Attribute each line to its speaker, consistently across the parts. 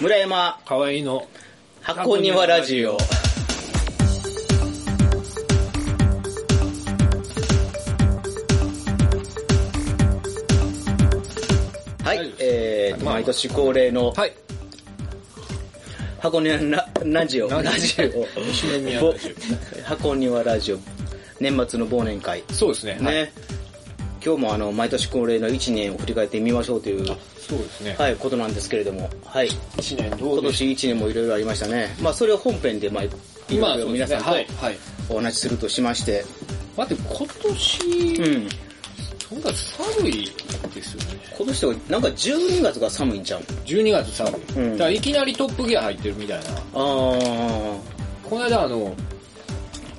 Speaker 1: 村山
Speaker 2: かわいいの。
Speaker 1: 箱庭ラジオはい、えーと、
Speaker 2: まあ
Speaker 1: 毎年恒例の
Speaker 2: はい。
Speaker 1: 箱庭ララジオ、
Speaker 2: ラ
Speaker 1: ラ
Speaker 2: ジオ
Speaker 1: ジ オ
Speaker 2: 西宮ラジ、
Speaker 1: 箱庭ラジオ、年末の忘年会。
Speaker 2: そうですね。
Speaker 1: ね、
Speaker 2: はい。
Speaker 1: 今日もあの、毎年恒例の1年を振り返ってみましょうという、
Speaker 2: そうですね。
Speaker 1: はい、ことなんですけれども、はい。
Speaker 2: 一年ど
Speaker 1: 今
Speaker 2: うでし
Speaker 1: 年1年もいろいろありましたね。まあ、それを本編で、まあ、い
Speaker 2: 今、
Speaker 1: ろいろ皆
Speaker 2: 皆
Speaker 1: さ
Speaker 2: さ
Speaker 1: ん
Speaker 2: ん
Speaker 1: と
Speaker 2: はい。はい。
Speaker 1: お話しするとしまして、
Speaker 2: 待って、今年、
Speaker 1: う
Speaker 2: と
Speaker 1: ん。
Speaker 2: にかく寒いですよね。
Speaker 1: 今年とか、なんか12月が寒いんちゃう
Speaker 2: 12月寒い。
Speaker 1: うん
Speaker 2: だからいきなりトップギア入ってるみたいな。
Speaker 1: あ
Speaker 2: この間あの、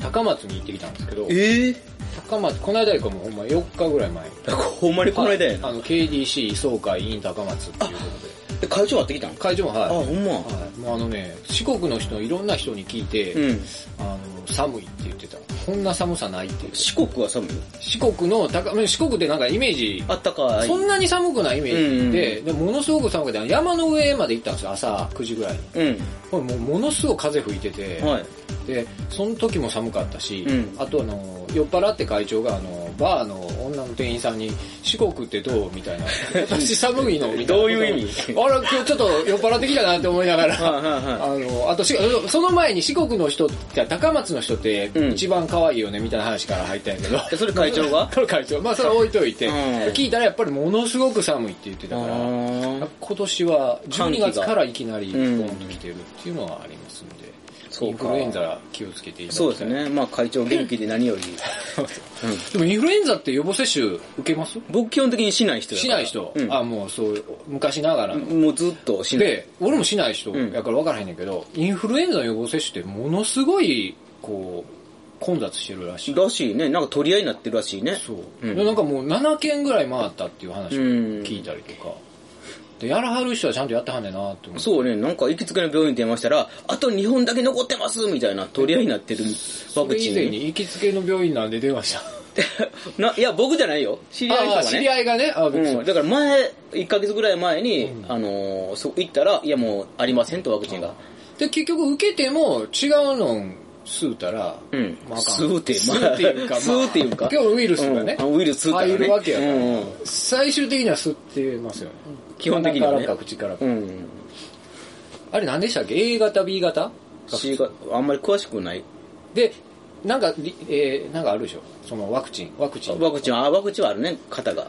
Speaker 2: 高松に行ってきたんですけど、
Speaker 1: ええ
Speaker 2: 高松、この間よりかもうほんま4日ぐらい前。
Speaker 1: ほんまに この間やな。
Speaker 2: あの、KDC 総会 in 高松っていうことで。
Speaker 1: え会長会ってきたん
Speaker 2: 会場もは
Speaker 1: あ、
Speaker 2: い。
Speaker 1: ほんま。
Speaker 2: はい、もうあのね、四国の人、いろんな人に聞いて、
Speaker 1: うん。
Speaker 2: あの、寒いって言ってた。こんな寒さないっていう。
Speaker 1: 四国は寒い
Speaker 2: 四国の高、四国ってなんかイメージ、
Speaker 1: あったかい。
Speaker 2: そんなに寒くないイメージで、
Speaker 1: う
Speaker 2: でものすごく寒くて、山の上まで行ったんですよ、朝9時ぐらいに。
Speaker 1: うん。
Speaker 2: これもうものすごい風吹いてて、
Speaker 1: はい。
Speaker 2: で、その時も寒かったし、
Speaker 1: うん
Speaker 2: あとあの、酔っ払って会長があの、バーの女の店員さんに、四国ってどうみ たいな。私寒いのみたいな。
Speaker 1: どういう意味
Speaker 2: あら、今日ちょっと酔っ払ってきたなって思いながら、
Speaker 1: はいはいは
Speaker 2: あの、あとし、その前に四国の人って、高松の人って
Speaker 1: うん
Speaker 2: 一番可愛いよねみたいな話から入ったん やけど。
Speaker 1: い。でそれ会長が
Speaker 2: それ会長。まあそれは置いといて、
Speaker 1: うん
Speaker 2: 聞いたらやっぱりものすごく寒いって言ってたから、
Speaker 1: あー
Speaker 2: 今年は
Speaker 1: 寒
Speaker 2: 12
Speaker 1: 気が
Speaker 2: 月からいきなりポンと来てるっていうのはありますんで、
Speaker 1: そう
Speaker 2: イン
Speaker 1: か
Speaker 2: フルエンザ気をつけていただきたい。
Speaker 1: そうです。ね。まあ会長元気で何よ り。
Speaker 2: でもインフルエンザって予防接種受けます
Speaker 1: 僕基本的にしない人だか
Speaker 2: し
Speaker 1: ら
Speaker 2: ない人、
Speaker 1: うん
Speaker 2: あ、もうそう、昔ながらの。
Speaker 1: もうずっとしない。
Speaker 2: で、俺もしない人
Speaker 1: ん
Speaker 2: やから分からへんねんけど、インフルエンザの予防接種ってものすごい、こう、混雑してるらしい。
Speaker 1: らしいね。なんか取り合いになってるらしいね。
Speaker 2: そう。
Speaker 1: ん
Speaker 2: でなんかもう7件ぐらい回ったっていう話を聞いたりとか。で、やらはる人はちゃんとやってはんねんなって思う。
Speaker 1: そうね、なんか行きつけの病院に電話したら、あと2本だけ残ってますみたいな、取り合いになってるワ
Speaker 2: そ
Speaker 1: ク
Speaker 2: れ
Speaker 1: チ
Speaker 2: 以
Speaker 1: ン。
Speaker 2: 前に行きつけの病院なんで電話した。
Speaker 1: ないや、僕じゃないよ。知り合いと
Speaker 2: あ
Speaker 1: か
Speaker 2: あ
Speaker 1: ね。
Speaker 2: 知り合いがね、あ、びっくりした
Speaker 1: うん、だから前、1ヶ月ぐらい前に、あのーそう行ったら、いやもうありませんとワクチンが。
Speaker 2: で、結局受けても違うのん吸うたら、
Speaker 1: うん。
Speaker 2: まああかん
Speaker 1: 吸うて、まあ
Speaker 2: 吸うっていうか、まあ
Speaker 1: 吸うっていうか。
Speaker 2: 今日ウイルスがね、
Speaker 1: うんウイルス吸うからね
Speaker 2: 入るわけやから、
Speaker 1: うんうん
Speaker 2: 最終的には吸ってますよね。
Speaker 1: 基本的にはね
Speaker 2: 鼻からか口からか、
Speaker 1: うん。
Speaker 2: あれ何でしたっけ ?A 型、B 型
Speaker 1: C が、あんまり詳しくない。
Speaker 2: で、なんか、りえー、なんかあるでしょそのワクチン、ワクチン。
Speaker 1: ワクチン、あ、ワクチンはあるね、肩が。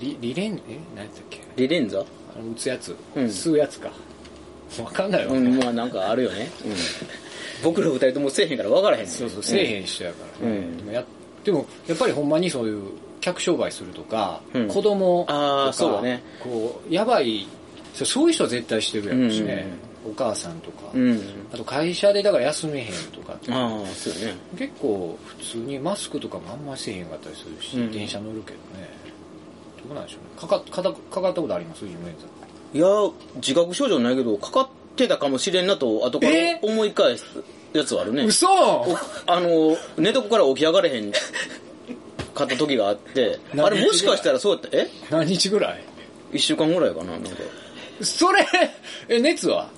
Speaker 2: リリレン、え何やったっけ
Speaker 1: リレンザ
Speaker 2: あの、打つやつ、
Speaker 1: うん
Speaker 2: 吸うやつか。 わかんないわ、
Speaker 1: うん、まあなんかあるよね。うん。僕ら二人ともせえへんから分からへんね。
Speaker 2: そうそう、せえへん人やからね、
Speaker 1: うん
Speaker 2: でもや。でも、やっぱりほんまにそういう、客商売するとか、
Speaker 1: うん
Speaker 2: 子供と
Speaker 1: あ
Speaker 2: か
Speaker 1: ー、そうだね
Speaker 2: こう、やばい、そうそういう人は絶対してるやろうしね、お母さんとか、
Speaker 1: うん。
Speaker 2: あと会社でだから休めへんとかって
Speaker 1: ああ、そうよね。
Speaker 2: 結構普通にマスクとかもあんませえへんかったりするし、
Speaker 1: うん
Speaker 2: 電車乗るけどね。どうなんでしょうね。かかかかかかったことありますインフルエンザ。
Speaker 1: いや、自覚症状ないけど、かかってたかもしれんなと、後から
Speaker 2: え
Speaker 1: 思い返すやつはあるね。
Speaker 2: 嘘
Speaker 1: おあの、寝床から起き上がれへんかった時があって、
Speaker 2: 何
Speaker 1: あれもしかしたらそうやった、え
Speaker 2: 何日ぐらい
Speaker 1: 一週間ぐらいかな、なんか。
Speaker 2: それ、え、熱は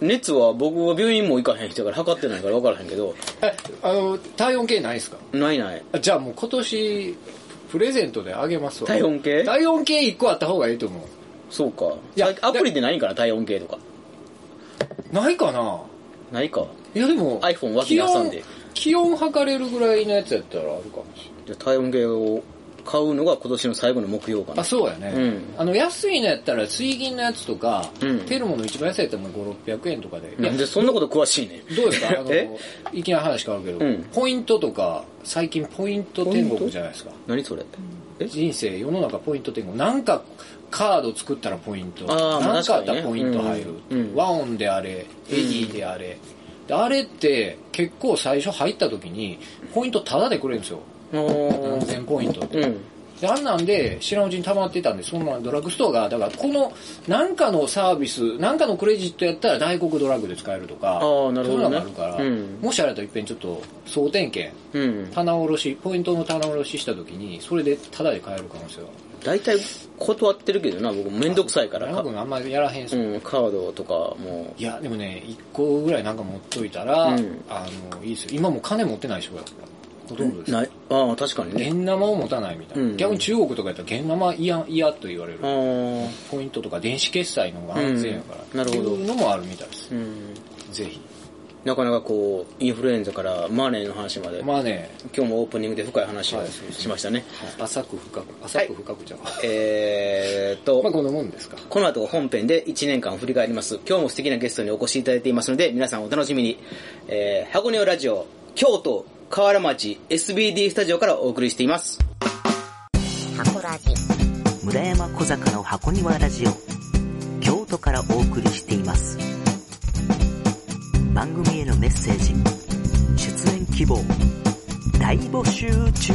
Speaker 1: 熱は僕は病院も行かへん人やから測ってないから分からへんけど、
Speaker 2: え、あの、体温計ないですか
Speaker 1: ないない。
Speaker 2: あじゃあもう今年、プレゼントであげますわ。
Speaker 1: 体温計
Speaker 2: 体温計1個あった方がいいと思う。
Speaker 1: そうか。
Speaker 2: いや
Speaker 1: さアプリでないんかな、体温計とか。
Speaker 2: ないかな
Speaker 1: ないか。
Speaker 2: いやでも、
Speaker 1: iPhone 脇に挟んで
Speaker 2: 気温。気温測れるぐらいのやつやったらあるかもしれない。
Speaker 1: じゃあ体温計を買うのが今年の最後の目標か
Speaker 2: あ、
Speaker 1: な。
Speaker 2: そうやね。
Speaker 1: うん
Speaker 2: あの、安いのやったら、水銀のやつとか、
Speaker 1: うん
Speaker 2: テルモの一番安いやったらもう5、600円とかで。い
Speaker 1: な
Speaker 2: や
Speaker 1: んでそんなこと詳しいねん。
Speaker 2: どうですかあ
Speaker 1: え
Speaker 2: の、いきなり話変わるけど、
Speaker 1: うん
Speaker 2: ポイントとか、最近ポイント天
Speaker 1: ポイン
Speaker 2: 国
Speaker 1: ト
Speaker 2: じゃないですか。
Speaker 1: 何それえ
Speaker 2: 人生世の中ポイント点なんかカード作ったらポイント
Speaker 1: あーまあ
Speaker 2: なんかあっ
Speaker 1: 確
Speaker 2: た
Speaker 1: からにね
Speaker 2: ポイント入る、
Speaker 1: うんうん
Speaker 2: 和音であれエディであれ、であれって結構最初入った時にポイントタダでくれるんですよ
Speaker 1: あー
Speaker 2: 何千ポイントって、
Speaker 1: うん。
Speaker 2: であんなんで知らんうちに溜まってたんで、そんなんドラッグストアが、だからこの、なんかのサービス、なんかのクレジットやったら大黒ドラッグで使えるとか、
Speaker 1: あーなるほどね
Speaker 2: そういうのがあるか
Speaker 1: う
Speaker 2: ら、
Speaker 1: ん
Speaker 2: もしあれだといっぺんちょっと総点検、
Speaker 1: うん。
Speaker 2: 棚卸し、ポイントの棚卸しした時に、それでタダで買える可能性は
Speaker 1: 大体断ってるけどな、僕めんどくさいか
Speaker 2: ある。
Speaker 1: ら
Speaker 2: ド
Speaker 1: か
Speaker 2: ラッグがあんまりやらへんそうう、
Speaker 1: ん、カードとかも
Speaker 2: いや、でもね、1個ぐらいなんか持っといたら、
Speaker 1: うん
Speaker 2: あの、いいですよ。今もう金持ってない人がほとんどです。
Speaker 1: ない。ああ、確かにね。
Speaker 2: 現生を持たないみたいな。
Speaker 1: うん
Speaker 2: 逆に中国とかやったら現生嫌、嫌と言われる
Speaker 1: あ。あ。
Speaker 2: ポイントとか電子決済の方が安全やから、
Speaker 1: うんなるほど
Speaker 2: っていうのもあるみたいです、
Speaker 1: うん。
Speaker 2: ぜひ
Speaker 1: なかなかこう、インフルエンザからマネーの話まで、
Speaker 2: まあね
Speaker 1: 今日もオープニングで深い話を
Speaker 2: はいそうですね
Speaker 1: しましたね。
Speaker 2: 浅く深く浅く深くじゃん、
Speaker 1: えーっと、
Speaker 2: まあこんなもんですか
Speaker 1: この後本編で1年間を振り返ります。今日も素敵なゲストにお越しいただいていますので、皆さんお楽しみに。えー、箱根ラジオ、京都、河原町、SBD スタジオからお送りしています。
Speaker 3: 箱ラジ
Speaker 4: 村山小坂の箱庭ラジオ京都からお送りしています番組へのメッセージ出演希望大募集中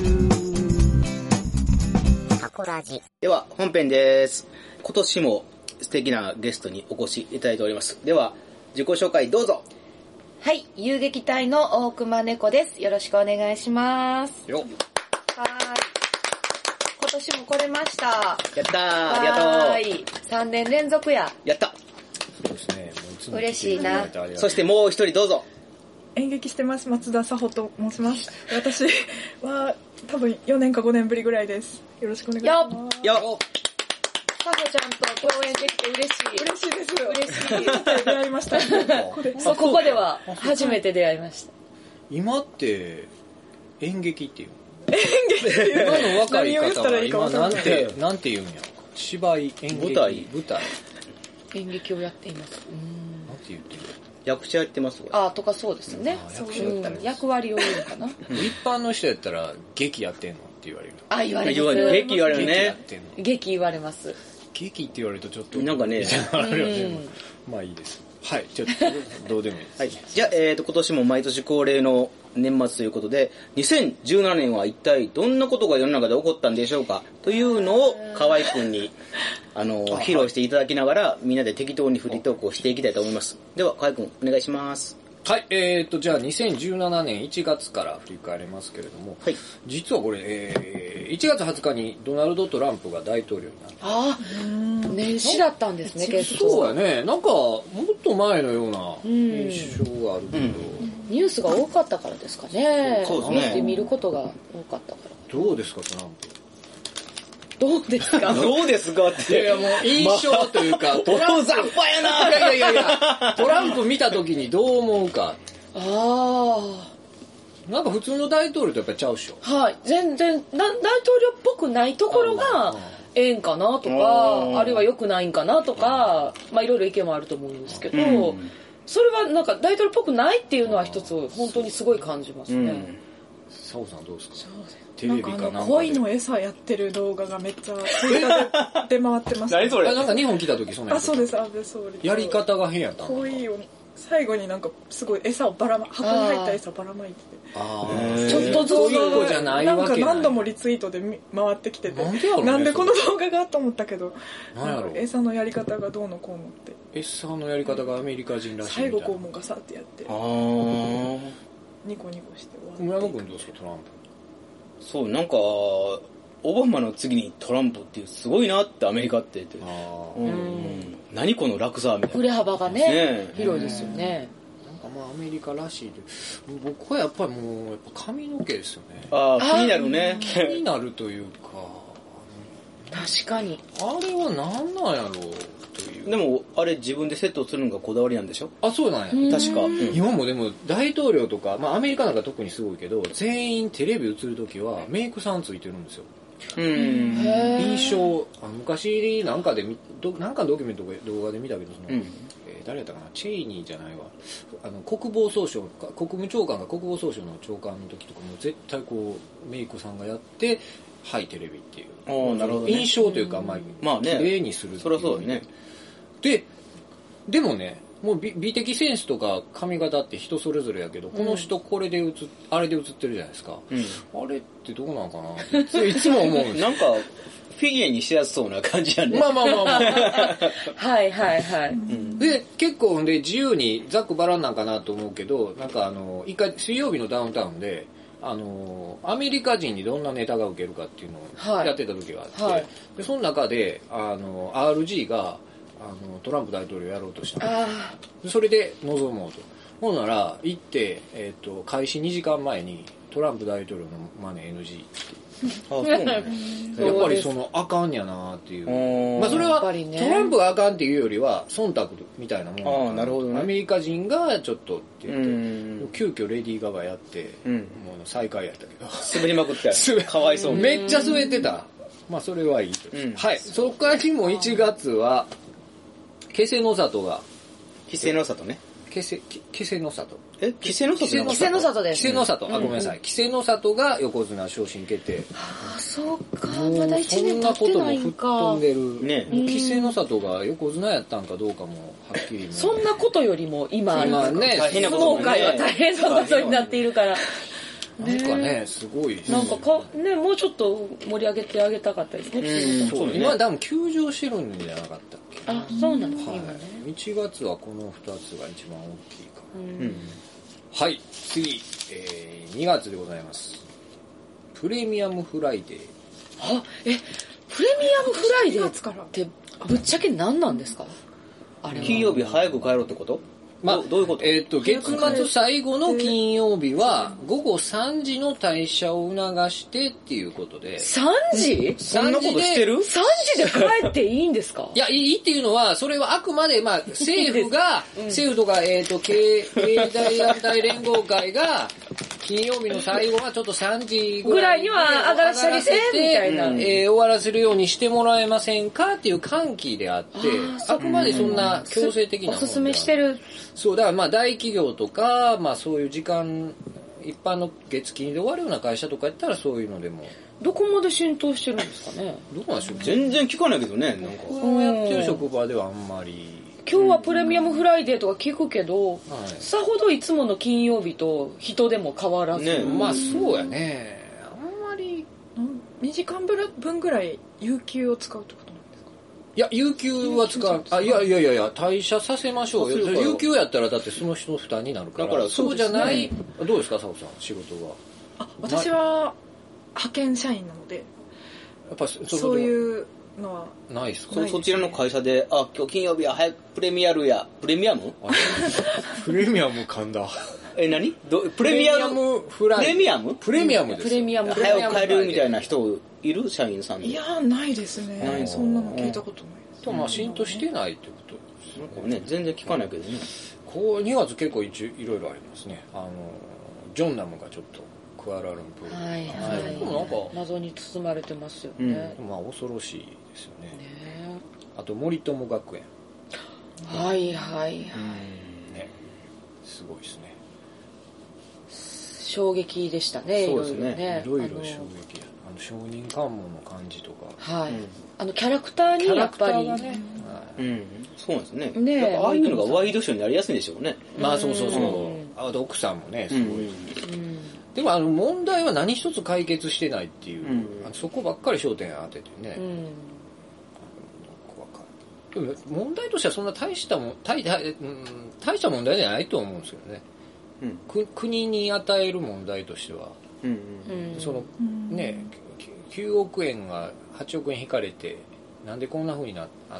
Speaker 3: 箱ラジ
Speaker 1: では、本編です。今年も素敵なゲストにお越しいただいております。では、自己紹介どうぞ。
Speaker 5: はい、遊撃隊の大熊猫です。よろしくお願いします。
Speaker 1: よ
Speaker 5: はーい。今年も来れました。
Speaker 1: やったー
Speaker 5: は
Speaker 1: ありがとう
Speaker 5: ーい。3年連続や。
Speaker 1: やった
Speaker 2: そうですねもういつも
Speaker 5: 嬉しいな
Speaker 2: 聞てただいてありがとう
Speaker 1: そしてもう一人どうぞ。
Speaker 6: 演劇してます松田佐穂と申します私は多分4年か5年ぶりぐらいですよろしくお願いします
Speaker 1: よ
Speaker 5: さほちゃんと共演できて嬉しい。
Speaker 6: 嬉しいです
Speaker 5: 嬉しい。
Speaker 6: 出会い ましたこれ
Speaker 5: そうここでは初めて出会いました。
Speaker 2: 今って演劇っていう演劇今の若い
Speaker 6: 何を言っ
Speaker 2: 方
Speaker 6: たら
Speaker 2: はい
Speaker 6: いか
Speaker 2: 今
Speaker 6: 分から
Speaker 2: なんん
Speaker 6: ない
Speaker 2: てなんて言うんや芝居演劇
Speaker 1: 舞台
Speaker 2: 舞台
Speaker 5: 演劇をやっています。うん
Speaker 2: なんて言ってる
Speaker 1: 役者やってますわ
Speaker 5: あーとかそうですね。
Speaker 2: あー
Speaker 5: そう
Speaker 2: 役者だったら
Speaker 5: うん役割を言うのかな。
Speaker 2: 一般の人やったら劇やってんのって言われる
Speaker 5: あ、言われ
Speaker 1: 言われる劇言
Speaker 5: ま
Speaker 1: われる
Speaker 2: 劇やっ
Speaker 1: ね。
Speaker 2: てんの
Speaker 5: す。劇言われます。
Speaker 2: 劇って言われるとちょっと
Speaker 1: なんかね
Speaker 2: あるよね
Speaker 5: うん
Speaker 2: まあいいですはいちょっ とどうでもいいです、
Speaker 1: はい。じゃあ、えっ、と、今年も毎年恒例の年末ということで、2017年は一体どんなことが世の中で起こったんでしょうかというのを河合くん に、あの、披露していただきながら、みんなで適当にフリートークをしていきたいと思います。では、河合くん、お願いします。
Speaker 2: はい、えー、と、じゃあ2017年1月から振り返りますけれども、
Speaker 1: はい
Speaker 2: 実はこれ、えー、1月20日にドナルド・トランプが大統領になった。
Speaker 5: あー、年始だったんですね、結構。
Speaker 2: そうやね、なんか、もっと前のような
Speaker 5: うん
Speaker 2: 印象があるけど、
Speaker 5: ニュースが多かったからですかね。
Speaker 1: そうそうですね
Speaker 5: 見て見ることが多かったから。
Speaker 2: どうですか、トランプ。
Speaker 5: どうですか
Speaker 1: どうですかっ
Speaker 2: いやいや、もう印象というか、トランプ、や ないやいやいや、トランプ見た時にどう思うか。
Speaker 5: あ
Speaker 2: なんか普通の大統領とやっぱりちゃうっしょ。
Speaker 5: あ。はい。全然な、大統領っぽくないところ
Speaker 2: あ
Speaker 5: が
Speaker 2: ー、
Speaker 5: ええんかなと
Speaker 1: あ
Speaker 5: か、
Speaker 1: ー
Speaker 5: あるいは良くないんかなとか、まあいろいろ意見もあると思うんですけど、
Speaker 1: うん
Speaker 5: それはなんか大統領っぽくないっていうのは一つ本当にすごい感じます
Speaker 1: う
Speaker 5: ね。
Speaker 1: ん。
Speaker 2: サオさんどうですかテ
Speaker 6: な
Speaker 2: レビ
Speaker 6: ん
Speaker 2: か
Speaker 6: か
Speaker 2: な
Speaker 6: あ
Speaker 2: んかで
Speaker 6: の恋の餌やってる動画がめっちゃ Twitter で出回ってます
Speaker 1: そ
Speaker 2: あなんか日本来た時そんなんや
Speaker 6: あ
Speaker 2: ってた
Speaker 6: そうです安倍総理
Speaker 2: やり方が変やったの
Speaker 6: 恋を最後になんかすごい餌をばらま箱に入った餌ばらまいて
Speaker 2: あ
Speaker 1: へ
Speaker 2: ー
Speaker 1: ー
Speaker 2: ちょっとずつそういう子じゃない
Speaker 6: な
Speaker 2: わ
Speaker 6: んか
Speaker 2: けない
Speaker 6: 何度もリツイートでみ回ってきてて
Speaker 2: なんでやろね
Speaker 6: なんでこの動画がと思ったけど
Speaker 2: なんやろ
Speaker 6: なんか餌のやり方がどうのこうのって
Speaker 2: エッサーのやり方がアメリカ人らしい
Speaker 6: 最
Speaker 2: み
Speaker 6: 後
Speaker 2: たい
Speaker 6: こ
Speaker 2: な
Speaker 6: うもうガサってやって
Speaker 1: あー。
Speaker 6: ニコニコして終わ
Speaker 2: 村
Speaker 6: る
Speaker 2: 山君どうですかトラン
Speaker 1: そう、なんか、オバマの次にトランプっていう、すごいなってアメリカってって。
Speaker 2: プあ
Speaker 1: うん何この落差みたい
Speaker 5: 売
Speaker 1: な。
Speaker 5: れ幅がね、
Speaker 1: ねえ
Speaker 5: 広いですよね。
Speaker 2: あなんかまあアメリカらしいで僕はやっぱりもうやっぱ髪の毛ですよね
Speaker 1: ああ、気になるね。
Speaker 2: 気になるというか
Speaker 5: 確かに。
Speaker 2: あれは何なんやろうという
Speaker 1: でも、あれ自分でセットするのがこだわりなんでしょ
Speaker 2: あそうなんや
Speaker 1: 確か。うん
Speaker 2: 今もでも大統領とか、まあ、アメリカなんか特にすごいけど全員テレビ映るときはメイクさんついてるんですよ
Speaker 1: うん。
Speaker 2: 印象あ昔なんかで見どなんかのドキュメントで動画で見たけどその、
Speaker 1: うん
Speaker 2: えー誰やったかなチェイニーじゃないわあの国防総省か国務長官が国防総省の長官の時とかも絶対こうメイクさんがやってはいテレビっていう
Speaker 1: あーなるほどね
Speaker 2: 印象というか、まあ
Speaker 1: まあね
Speaker 2: 綺麗にするってい
Speaker 1: そりゃそうだよね。
Speaker 2: ででもねもう美美的センスとか髪型って人それぞれやけど、この人これで映っあれで映ってるじゃないですか、あれってどうなんかなっていついつも思うんです
Speaker 1: なんか、フィギュアにしやすそうな感じやね。
Speaker 2: まあまあまあまあ
Speaker 5: はいはいはい。
Speaker 2: で、結構ほんで自由にざっくばらんなんかなと思うけど、なんかあの、一回水曜日のダウンタウンで、あの、アメリカ人にどんなネタが受けるかっていうのを
Speaker 5: はい
Speaker 2: やってた時があって、
Speaker 5: はい
Speaker 2: で、その中で、あの、RG が、あの、トランプ大統領やろうとしたの
Speaker 5: あ
Speaker 2: でそれで臨もうと。ほんなら、行って、えっ、と、開始2時間前に、トランプ大統領のマネ NG
Speaker 1: そうなんや
Speaker 5: そ
Speaker 2: や
Speaker 5: うです
Speaker 2: っぱりその、あかんやなっていう
Speaker 1: う。ーん
Speaker 2: まあそれ
Speaker 5: や
Speaker 2: は、
Speaker 5: っぱりね
Speaker 2: トランプがあかんっていうよりは、忖度みたいなもんか
Speaker 1: ああなるほどね
Speaker 2: アメリカ人がちょっとって
Speaker 1: う
Speaker 2: 言って、
Speaker 1: ん。
Speaker 2: 急遽レディー・ガガやって、
Speaker 1: うん
Speaker 2: もう最下位やったけど。
Speaker 1: 滑りまくって
Speaker 2: すごい
Speaker 1: かわいそうに。
Speaker 2: めっちゃ滑ってた。まあそれはいいと。
Speaker 1: うん
Speaker 2: はい。そこからにも1月は、気仙の里が、
Speaker 1: 規制の里ね。
Speaker 2: 気仙、気気仙の里。
Speaker 1: え規制の里な
Speaker 5: あ、
Speaker 1: ん
Speaker 5: 稀
Speaker 1: か
Speaker 5: 勢の里で
Speaker 2: 稀
Speaker 5: す
Speaker 2: 勢。の里。あ、ごめんなさい。稀勢の里が横綱昇進決定。
Speaker 5: あ、そうか。
Speaker 2: もう
Speaker 5: まだ一年経ってないん
Speaker 2: そんなことも吹っ飛
Speaker 5: か
Speaker 2: ん。でる。
Speaker 1: ね
Speaker 2: もう稀勢の里が横綱やったんかどうかも、はっきりもう。
Speaker 5: そんなことよりも今、
Speaker 2: 今ね、
Speaker 1: 大変な
Speaker 5: 相
Speaker 1: こと
Speaker 5: 撲界は大変なことになっているから、
Speaker 2: なんかね、すごいですね
Speaker 5: なんかか、ね、もうちょっと盛り上げてあげたかったですね。
Speaker 1: うん
Speaker 2: そ
Speaker 1: そううね
Speaker 2: ね今、多分休場してるんじゃなかったっけ
Speaker 5: あ、そうなんです
Speaker 2: は
Speaker 5: ね、
Speaker 2: い
Speaker 5: 今ね。。
Speaker 2: 1月はこの2つが一番大きいか
Speaker 5: う
Speaker 2: な。
Speaker 5: ん
Speaker 1: うん。
Speaker 2: はい、次、えー、2月でございます。プレミアムフライデー。
Speaker 5: あ、え、プレミアムフライデー
Speaker 6: 2月から
Speaker 5: って、ぶっちゃけ何なんですかあれは。
Speaker 1: 金曜日早く帰ろうってことどどういうこと
Speaker 2: えっ、と、月末最後の金曜日は、午後3時の退社を促してっていうことで、
Speaker 5: 3時
Speaker 1: そんなことしてる
Speaker 5: ?3 時で帰っていいんですか
Speaker 2: いや、いいっていうのは、それはあくまで、まあ、政府が、政府とか、えっ、と、経経済団体連合会が、金曜日の最後はちょっと3時ぐらい
Speaker 5: ぐらいには上がらせてあげてみたいな
Speaker 2: えー終わらせるようにしてもらえませんかっていう喚起であって、あくまでそんな強制的な
Speaker 5: お
Speaker 2: もんではない
Speaker 5: すすめしてる。
Speaker 2: そう、だからまあ大企業とか、まあそういう時間、一般の月金で終わるような会社とかやったらそういうのでも、
Speaker 5: どこまで浸透してるんですかね
Speaker 2: どうなんでしょうね。
Speaker 1: 全然聞かないけどね、なんか。
Speaker 2: 僕のやってる職場ではあんまり、
Speaker 5: 今日はプレミアムフライデーとか聞くけど、
Speaker 2: はい
Speaker 5: さほどいつもの金曜日と人でも変わらず。
Speaker 1: ね
Speaker 2: まあそうやね。あんまり、
Speaker 6: 2時間分ぐらい有給を使うってことなんですか
Speaker 2: いや、有給は使う。あ、いやいやいやいや、退社させましょうよ。
Speaker 1: そうそう
Speaker 2: 有給やったらだってその人の負担になるから。
Speaker 1: だから
Speaker 2: そうじゃ
Speaker 1: そうですね
Speaker 2: ない。あどうですか、佐藤さん、仕事は。
Speaker 6: あ私は派遣社員なので
Speaker 2: やっぱそ
Speaker 6: そう
Speaker 2: う。
Speaker 6: いうのは
Speaker 2: ないですか
Speaker 1: そそちらの会社で、あ、今日金曜日は早くプレミアルや、プレミアム
Speaker 2: あプレミアム噛んだ。
Speaker 1: え、何どプ
Speaker 2: プ
Speaker 1: レミアム
Speaker 2: ムフライ
Speaker 1: プレミアム
Speaker 2: プレミアムです。
Speaker 5: プレミアムフライデ
Speaker 1: 早く帰るみたいな人いる社員さんで
Speaker 6: いやーないですね
Speaker 1: ない
Speaker 6: そんなの聞いたことないです
Speaker 2: とまあ浸透してないってことです
Speaker 1: な
Speaker 2: よ
Speaker 1: んかね、全然聞かないけどね。
Speaker 2: こう2月結構一いろいろありますねあのジョンナムがちょっとクアラルンプール
Speaker 5: はい
Speaker 2: でもなんか
Speaker 5: はい。謎に包まれてますよね。
Speaker 2: まあ恐ろしいですよね
Speaker 5: ね
Speaker 2: あと森友学園
Speaker 5: はいはい。
Speaker 2: ねすごいですね
Speaker 5: 衝撃でしたね、い
Speaker 1: そう
Speaker 5: ろ
Speaker 1: で
Speaker 5: い
Speaker 1: す
Speaker 5: ろ
Speaker 1: ね
Speaker 5: ね。
Speaker 2: いろいろ
Speaker 5: あの
Speaker 2: 衝撃やあの証人喚問の感じとか
Speaker 5: はい、
Speaker 1: うん
Speaker 5: あのキャラクターにやっぱり、
Speaker 2: はい
Speaker 1: うん。そうなんですね。
Speaker 5: ねえ
Speaker 1: やっぱああいうのがワイドショーになりやすいんでしょうね。
Speaker 2: まあそうそうそう
Speaker 5: うん
Speaker 2: あと奥さんもねす
Speaker 1: う
Speaker 2: ごい、
Speaker 1: ん。
Speaker 5: うん
Speaker 2: でもあの問題は何一つ解決してないっていう、
Speaker 1: うん
Speaker 2: あのそこばっかり焦点当ててね、
Speaker 5: うん
Speaker 2: 怖かでも問題としてはそんな大したもん大大,、うん、大した問題じゃないと思うんですけどね
Speaker 1: うん。
Speaker 2: く国に与える問題としては、
Speaker 1: うん。
Speaker 5: うん、
Speaker 2: その
Speaker 6: うん
Speaker 2: ねき9億円が8億円引かれてなんでこんなふうになあの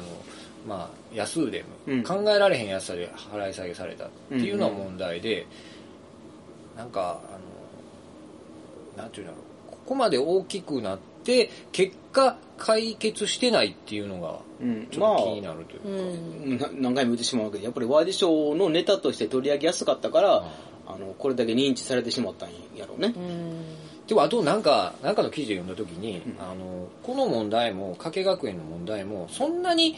Speaker 2: まあ安売れ、
Speaker 1: うん
Speaker 2: 考えられへん安さで払い下げされたっていうのは問題で、なんかあのなんていうんだろうここまで大きくなって結果解決してないっていうのが
Speaker 1: うん。
Speaker 2: ち
Speaker 1: ま
Speaker 2: ょっ
Speaker 1: あ
Speaker 2: と気になるというか、
Speaker 5: うん
Speaker 1: な何回も言ってしまうけど、やっぱりワイドショーのネタとして取り上げやすかったから、あの、これだけ認知されてしまったんやろうね
Speaker 5: う。ん
Speaker 2: でもあとなんか、なんかの記事で読んだときに、
Speaker 1: うん
Speaker 2: あの、この問題も、加計学園の問題も、そんなに、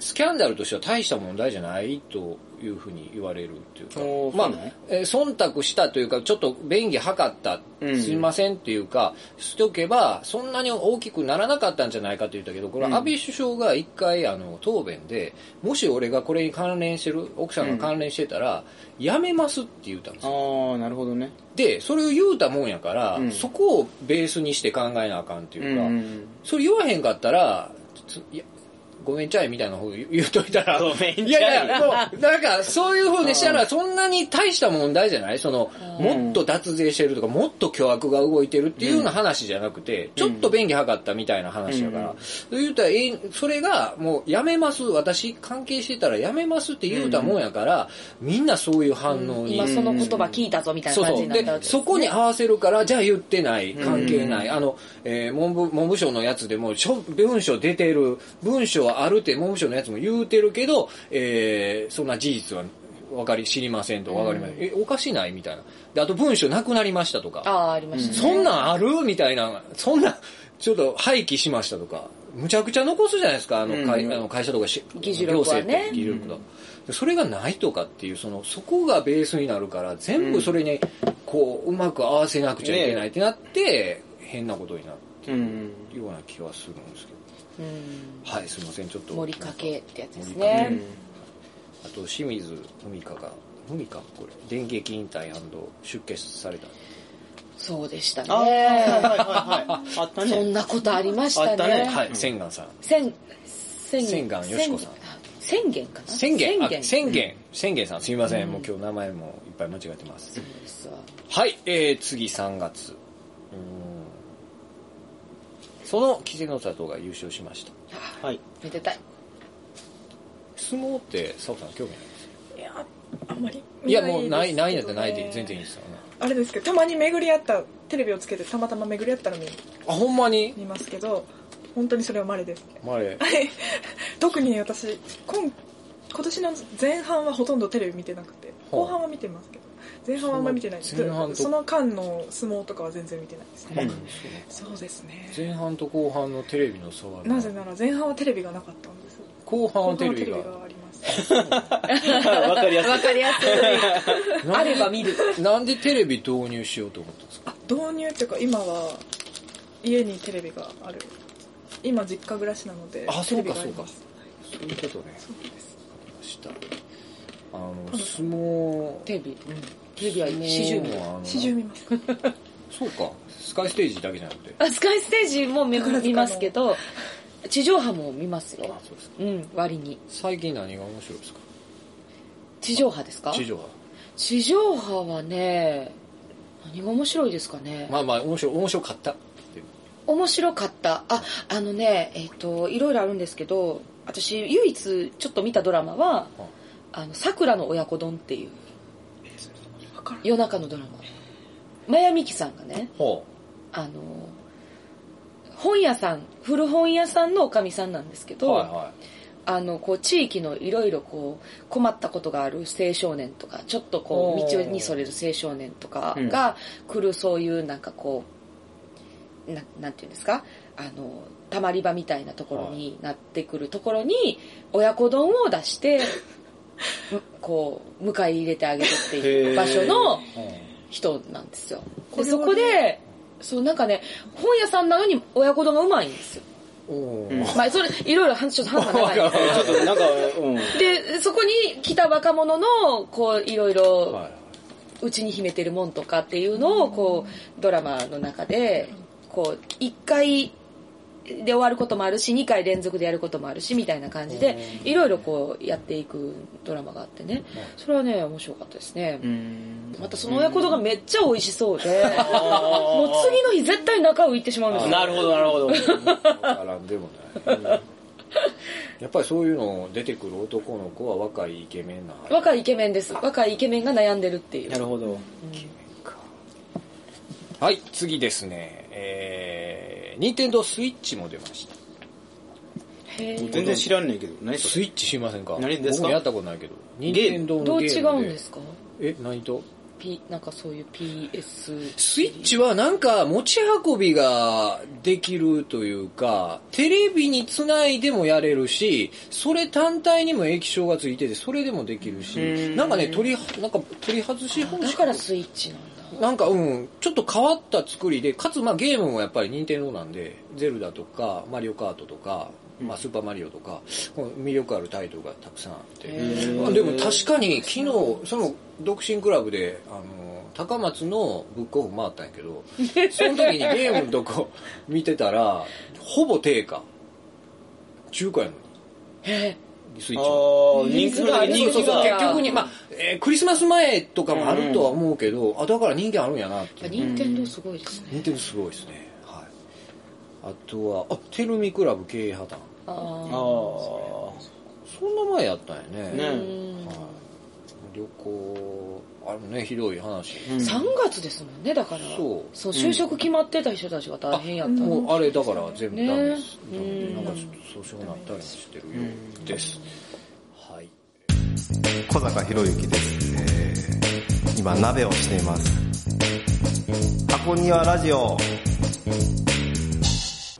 Speaker 2: スキャンダルとしては大した問題じゃないというふうに言われるっていうか
Speaker 1: おー
Speaker 2: まあ
Speaker 1: そうなんや、
Speaker 2: えー忖度したというかちょっと便宜図った、
Speaker 1: うん
Speaker 2: すいませんっていうかしておけばそんなに大きくならなかったんじゃないかと言ったけどこれ
Speaker 1: うん
Speaker 2: 安倍首相が一回あの答弁でもし俺がこれに関連してる奥さんが関連してたら、やめますって言ったんですよ
Speaker 1: ああなるほどね
Speaker 2: でそれを言うたもんやから、
Speaker 1: うん
Speaker 2: そこをベースにして考えなあかんって
Speaker 1: う
Speaker 2: い
Speaker 1: ん
Speaker 2: う
Speaker 1: う
Speaker 2: か、
Speaker 1: ん
Speaker 2: それ言わへんかったら、ついやごめんちゃいみたいな方言う 言うといたら、
Speaker 1: ごめんちゃい
Speaker 2: いやいや、もう、なんか、そういう風にしたら、そんなに大した問題じゃないその、もっと脱税してるとか、もっと巨悪が動いてるっていうような話じゃなくて、ちょっと便宜図ったみたいな話だから、言うたら、えーそれが、もう、やめます、私関係してたらやめますって言うたもんやから、みんなそういう反応に。
Speaker 5: 今その言葉聞いたぞみたい
Speaker 2: そ
Speaker 5: な
Speaker 2: うそ
Speaker 5: 感じ
Speaker 2: う。
Speaker 5: になったわ
Speaker 2: で、
Speaker 5: け
Speaker 2: そこに合わせるから、じゃあ言ってない、関係ない。
Speaker 1: う
Speaker 2: あの、えー文部、文部省のやつでも、しょ文書出てる、文書はあるって、文部省のやつも言うてるけど、えーそんな事実は、わかり、知りませんと、わかりません。え、おかしないみたいな。で、あと文書なくなりましたとか。
Speaker 5: ああありましたね
Speaker 2: そんなんあるみたいな、そんな、ちょっと廃棄しましたとか、むちゃくちゃ残すじゃないですか、あの会,、
Speaker 1: うん
Speaker 2: あの会社とかし
Speaker 5: 議事録は
Speaker 2: 行
Speaker 5: ね
Speaker 2: 政って議事録だ、でそれがないとかっていう、そのそこがベースになるから、全部それにこううまく合わせなくちゃいけないってなって、変なことにな
Speaker 1: うん
Speaker 2: るような気はするんですけど、
Speaker 5: うん
Speaker 2: はい、すみません、ちょっと。
Speaker 5: 盛りかけってやつです
Speaker 2: 盛り
Speaker 5: ね
Speaker 2: あと、清水文香が、文香これ、電撃引退出家された。
Speaker 5: そうでした
Speaker 1: ああはいはい
Speaker 5: ね
Speaker 1: はい はいあった
Speaker 5: そん
Speaker 1: ね
Speaker 5: なことありました
Speaker 1: あったね
Speaker 5: ね
Speaker 2: はい、千願さん。
Speaker 5: 千千
Speaker 2: 千願よしこさん
Speaker 5: 千宣言かな
Speaker 2: 宣言あ
Speaker 5: 宣言
Speaker 2: 宣言宣言さんすみません、もう今日名前もいっぱい間違えてます
Speaker 5: ですわ
Speaker 2: はい、えー、次3月うーんその稀勢の里が優勝しました
Speaker 1: はい
Speaker 5: めでたい
Speaker 2: 相撲って佐藤さん興味ないです
Speaker 6: いや、あんまり
Speaker 2: い
Speaker 6: 見
Speaker 2: や
Speaker 6: ですけどね。
Speaker 2: もうないないんだったらないで全然いいですよね
Speaker 6: あれですけど、たまに巡り合った、テレビをつけてたまたま巡り合ったの見
Speaker 2: あほんまに
Speaker 6: 見ますけど、本当にそれは稀ですね。
Speaker 2: まああれ
Speaker 6: 特に私、今、今年の前半はほとんどテレビ見てなくて、
Speaker 2: ほう
Speaker 6: 後半は見てますけど、前半はあんまり見てないで
Speaker 2: そ
Speaker 6: す。
Speaker 2: の前半と
Speaker 6: その間の相撲とかは全然見てないですね。
Speaker 1: うん
Speaker 6: そうですね。
Speaker 2: 前半と後半のテレビの差は
Speaker 6: なぜなら前半はテレビがなかったんです。
Speaker 2: 後半
Speaker 6: 後
Speaker 2: は
Speaker 6: 半
Speaker 2: テ
Speaker 6: は
Speaker 2: レ
Speaker 6: テレ
Speaker 2: ビ
Speaker 6: ビ
Speaker 2: が
Speaker 6: があります。
Speaker 1: わかりやすい
Speaker 5: わかりやすいあれば見る
Speaker 2: なんでテレビ導入しようと思ったんですか
Speaker 6: あ導入っていうか今は家にテレビがある今実家暮らしなので
Speaker 2: あ
Speaker 6: テ
Speaker 2: そ
Speaker 6: レ
Speaker 2: う
Speaker 6: ビ
Speaker 2: か
Speaker 6: があ
Speaker 2: そう
Speaker 6: り
Speaker 2: か
Speaker 6: ます
Speaker 2: そういうことね
Speaker 6: そうです
Speaker 2: したあの相撲
Speaker 5: テレビうんテレビは四
Speaker 2: も
Speaker 5: 十
Speaker 2: うあ
Speaker 5: 秒
Speaker 2: の
Speaker 6: 四十見ます
Speaker 2: そうかスカイステージだけじゃなくて
Speaker 5: あスカイステージも見
Speaker 6: 宝塚の
Speaker 5: 見ますけど地上波も見ますよ
Speaker 2: そうですか
Speaker 5: うん割に
Speaker 2: 最近何が面白いですか
Speaker 5: 地上波ですか
Speaker 2: 地上波
Speaker 5: 地上波はね何が面白いですかね、
Speaker 2: まあまあ面白い面白かったっていう
Speaker 5: 面白かったああのねえっ、といろいろあるんですけど私唯一ちょっと見たドラマは
Speaker 2: はい
Speaker 5: 「あの桜の親子丼」っていう
Speaker 6: わからん
Speaker 5: 夜中のドラママヤミキさんがね
Speaker 2: ほ
Speaker 5: あの本屋さん古本屋さんのおかみさんなんですけ
Speaker 2: う
Speaker 5: ど、
Speaker 2: はいは
Speaker 5: あのこう地域のいろいろこう困ったことがある青少年とかちょっとこ
Speaker 2: お
Speaker 5: う
Speaker 2: ー
Speaker 5: 道にそれる青少年とかが来るそういうなんかこうななんていうんですかあのたまり場みたいなところになってくるところに親子丼を 出してむこう迎え入れてあげるってい
Speaker 1: へ
Speaker 5: う
Speaker 1: ー
Speaker 5: 場所の
Speaker 2: い、うん
Speaker 5: 人なんですよ
Speaker 6: こ
Speaker 5: で
Speaker 6: れはね
Speaker 5: そこでそうなんかね本屋さんなのに親子丼がうまいんですよ
Speaker 2: お
Speaker 1: うん
Speaker 2: ー
Speaker 5: まあそれいろいろ話ちょっと話が 長いんですけど
Speaker 1: ちょっとなんかうん
Speaker 5: で、そこに来た若者の、こう、いろい
Speaker 2: はい
Speaker 5: ろ、
Speaker 2: はいう
Speaker 5: ちに秘めてるもんとかっていうのを、こう、ドラマの中で、こう、一回で終わることもあるし、二回連続でやることもあるし、みたいな感じで、いろいろこう、やっていくドラマがあってね。それはね、面白かったですね。またその親子丼がめっちゃ美味しそうで、もう次の日絶対中浮いてしまうんですよ。
Speaker 1: なるほどなるほど
Speaker 2: わからんでもない、やっぱりそういうの出てくる男の子は若いイケメンな
Speaker 5: 若いイケメンです。若いイケメンが悩んでるっていう
Speaker 1: な。るほど
Speaker 2: はい次ですねえー、任天堂スイッチも出ました
Speaker 5: へー
Speaker 1: 全然知らんねんけど何そ
Speaker 2: ス
Speaker 1: れ
Speaker 2: イッチしませんか
Speaker 1: 何ですか
Speaker 2: 僕もやったことないけど任
Speaker 1: ゲーム
Speaker 2: 天堂
Speaker 5: ど
Speaker 2: の
Speaker 5: う
Speaker 2: ゲーム
Speaker 5: 違
Speaker 2: で
Speaker 5: うんですか
Speaker 2: え何と
Speaker 5: P、なんかそういう PS。
Speaker 2: スイッチはなんか持ち運びができるというか、テレビにつないでもやれるし、それ単体にも液晶がついてて、それでもできるし、なんかね、取り、なんか取り外し方
Speaker 5: だ
Speaker 2: 式
Speaker 5: からスイッチなんだ。
Speaker 2: なんかうん、ちょっと変わった作りで、かつまあゲームもやっぱり任天堂なんで、ゼルダとか、マリオカートとか、まあスーパーマリオとか、この魅力あるタイトルがたくさんあって。まあでも確かに昨日、その独身クラブで、あの、高松のブックオフ回ったんやけ ど、その時にゲームのとこ見てたら、ほぼ定価。中華やのに。スイッ
Speaker 1: あ
Speaker 2: チは。
Speaker 1: ー人気が
Speaker 2: そう
Speaker 1: 人
Speaker 2: そう
Speaker 1: 気
Speaker 2: そう
Speaker 1: が
Speaker 2: 結局に、まあ、えークリスマス前とかもあるとは思うけど、あ、だから人気あるんやなっていう。
Speaker 5: 任天堂すごいですね。
Speaker 2: 任天堂すごいですね。はい。あとは、あ、テルミクラブ経営破綻。
Speaker 5: あ
Speaker 1: あ
Speaker 5: ー
Speaker 1: ー
Speaker 2: そんな前やったんやね。
Speaker 1: ね
Speaker 5: うん
Speaker 2: はい。旅行、あれもね、ひどい話。
Speaker 5: 3月ですもんね、だから。
Speaker 2: そう
Speaker 5: そう、就職決まってた人たちが大変やった。
Speaker 2: もうあれだから全部ダメです。
Speaker 5: ねうん
Speaker 2: なんかちょっと訴訟になったりもしてるようです。はい。
Speaker 7: 小坂博之です、えー今鍋をしています箱庭ラジオ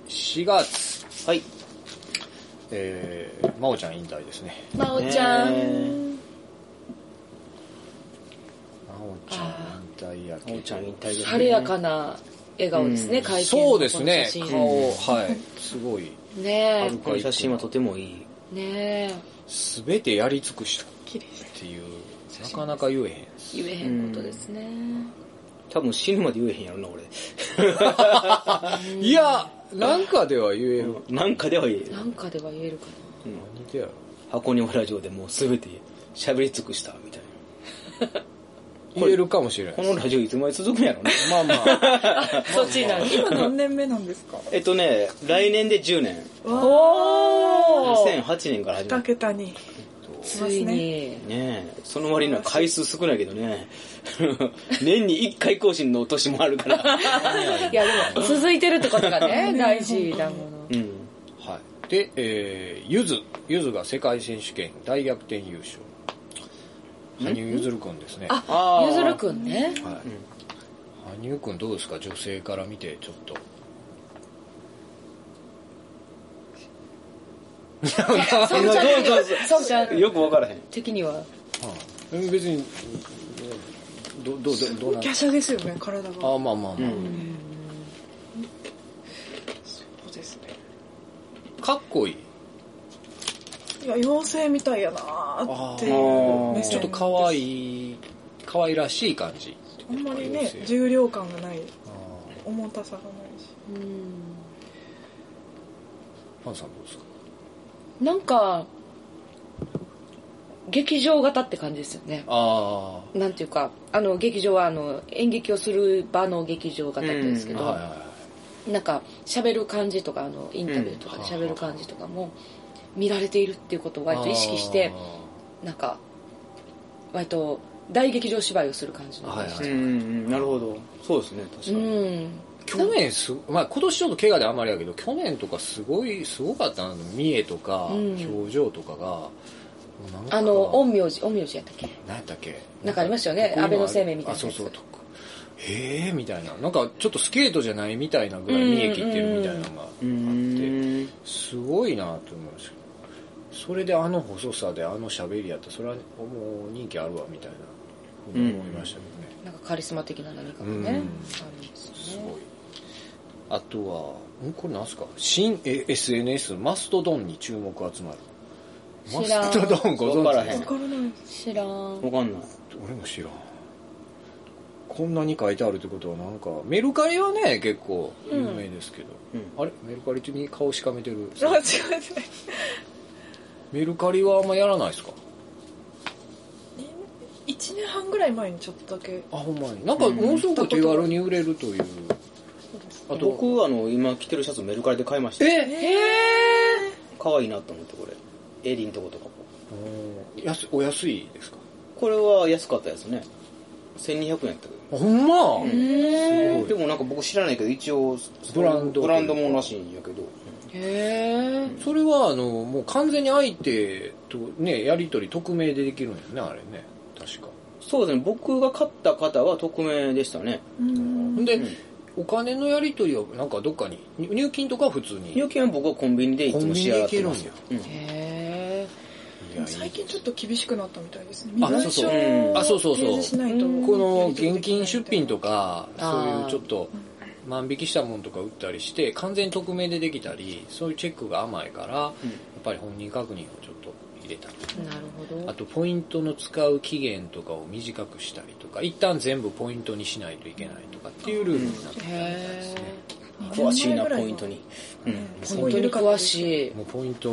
Speaker 2: 4月、
Speaker 1: はい
Speaker 2: えー、真央ちゃん引退ですね。
Speaker 5: まおちゃん。
Speaker 2: 真央ちゃん引退やけ
Speaker 1: お
Speaker 2: ど
Speaker 1: ちゃん引退ですね
Speaker 5: 晴れやかな笑顔ですね、会見の
Speaker 2: そうですね、
Speaker 5: この写真
Speaker 2: 顔、はい、すごい。
Speaker 5: ね
Speaker 1: この写真はとてもいい
Speaker 5: え。ねえ。
Speaker 2: すべてやり尽くした
Speaker 6: 綺麗です
Speaker 2: っていう、なかなか言えへん。
Speaker 5: 言えへんことですね。
Speaker 1: 多分死ぬまで言えへんやろな俺
Speaker 2: いや、なんかでは言える。
Speaker 1: なんかでは言える
Speaker 5: なんかでは言えるか
Speaker 2: 何でやろ。
Speaker 1: 箱庭ラジオでもう全て喋り尽くしたみたいな
Speaker 2: 言えるかもしれない
Speaker 1: こ。のラジオいつまで続くんやろね
Speaker 2: まあまあ、
Speaker 5: な。そっちになる。
Speaker 6: 今何年目なんですか
Speaker 1: えっとね来年で10年
Speaker 5: おー
Speaker 1: 2008年から始ま
Speaker 6: 二
Speaker 1: って
Speaker 6: 桁に。
Speaker 5: ついに。
Speaker 1: ねえその割には回数少ないけど ね年に1回更新の年もある から、
Speaker 5: いや、でも、続いてるってことがね、大事だも
Speaker 1: う
Speaker 5: の。
Speaker 1: ん、
Speaker 2: はい。で、えー、ゆず。ゆずが世界選手権大逆転優勝。羽生結弦くんですね。は
Speaker 5: あ、ゆずるくんね。
Speaker 2: い。羽生くんどうですか女性から見て、ちょっと。
Speaker 5: そうちゃん的には、そうちゃん
Speaker 1: よく分からへん
Speaker 5: 的には。
Speaker 2: うん別に、ど、ど、ど、どうなん
Speaker 6: 華奢ですよね、体が。
Speaker 2: あ、まあまあまあ。
Speaker 6: そうですね。
Speaker 2: かっこいい。
Speaker 6: いや、妖精みたいやなーっていう目線
Speaker 2: ちょっと可愛い、可愛らしい感じ。
Speaker 6: あんまりね
Speaker 2: 妖、精
Speaker 6: 重量感がない。
Speaker 2: あー
Speaker 6: 重たさがないし。
Speaker 5: うん
Speaker 2: パンさんどうですか
Speaker 5: なんか、劇場型って感じですよね。
Speaker 2: あ
Speaker 5: なんていうか、あの、劇場は、あの、演劇をする場の劇場型って言うんですけ
Speaker 2: あ、
Speaker 5: ど、
Speaker 2: はいはいはい。
Speaker 5: なんか、喋る感じとか、あの、インタビューとかで喋る感じとかも、見られているっていうことを割と意識して、なんか、割と、大劇場芝居をする感じの
Speaker 2: はいはい
Speaker 1: んなるほどそうですね確か
Speaker 5: う
Speaker 1: に、
Speaker 5: ん。
Speaker 2: 去年す、まあ今年ちょっと怪我であんまりやけど、去年とかすごい、すごかったな、見えとか、
Speaker 5: うん
Speaker 2: 表情とかが、もうなんか
Speaker 5: あの、陰陽師、陰陽師やったっけ
Speaker 2: 何やったっけ
Speaker 5: なんかありましたよね
Speaker 2: こういう
Speaker 5: 安倍晴明みたいなや
Speaker 2: あ、
Speaker 5: つ
Speaker 2: そうそう、とか。へえみたいな。なんかちょっとスケートじゃないみたいなぐらい見え切ってるみたいなのがあって、
Speaker 1: うん
Speaker 2: すごいなと思うんですけど。それであの細さであの喋りやったら、それはもう人気あるわ、みたいな、ふうに思いましたけどね。
Speaker 5: なんかカリスマ的な何かが
Speaker 2: うん
Speaker 5: ね、あるんです
Speaker 2: す
Speaker 5: よ
Speaker 2: ごい
Speaker 5: ね。。
Speaker 2: あとは、んこれなんすか新え SNS マストドンに注目集まる。マ
Speaker 5: 知らん
Speaker 2: ストドンご
Speaker 1: わから
Speaker 2: 存知
Speaker 1: へ
Speaker 2: で
Speaker 1: ん
Speaker 2: すか
Speaker 6: わからない。
Speaker 5: 知らん。
Speaker 1: 分かんない
Speaker 2: 俺も知らん。こんなに書いてあるってことはなんか、メルカリはね、結構有名ですけど。あれメルカリ中に顔しかめてる。
Speaker 6: あ、違う違う。
Speaker 2: メルカリはあんまやらないですか
Speaker 6: 1年半ぐらい前にちょっとだけ
Speaker 2: あ、ほんまに。なんか、ものすごく手軽に売れるという。あと、
Speaker 1: 僕あの今着てるシャツメルカリで買いました
Speaker 2: え
Speaker 1: 可愛いなと思ってこれエリンとことかも
Speaker 2: おー安お安いですか
Speaker 1: これは安かったですね1200円やったけど
Speaker 2: あほんま、
Speaker 1: でもなんか僕知らないけど一応
Speaker 2: ブランド
Speaker 1: ブランドもんらしいんやけど
Speaker 5: へ
Speaker 2: それはあのもう完全に相手とねやり取り匿名でできるんやねあれね確か
Speaker 1: そうですね、僕が買った方は匿名でしたね。
Speaker 6: うん
Speaker 2: ほんで、お金のやり取りはなんかどっかに入入金とかは普通に
Speaker 1: 入金は僕はコンビニでいつも支払ってますよ。
Speaker 5: へ
Speaker 2: いやいい
Speaker 6: 最近ちょっと厳しくなったみたいですね。
Speaker 2: あそうそううんあそうそうそう
Speaker 6: 提示しないと
Speaker 2: この現金出品とかそう
Speaker 5: あー
Speaker 2: いうちょっと万引きしたもんとか売ったりして完全に匿名でできたりそういうチェックが甘いから、やっぱり本人確認をちょっと入れたり
Speaker 5: ーなるほど
Speaker 2: あとポイントの使う期限とかを短くしたりとか一旦全部ポイントにしないといけないとかっていうルールになってたみたいですね、
Speaker 1: 詳しいな、ポイントに。うん。
Speaker 5: 本当に詳し
Speaker 2: もうポイント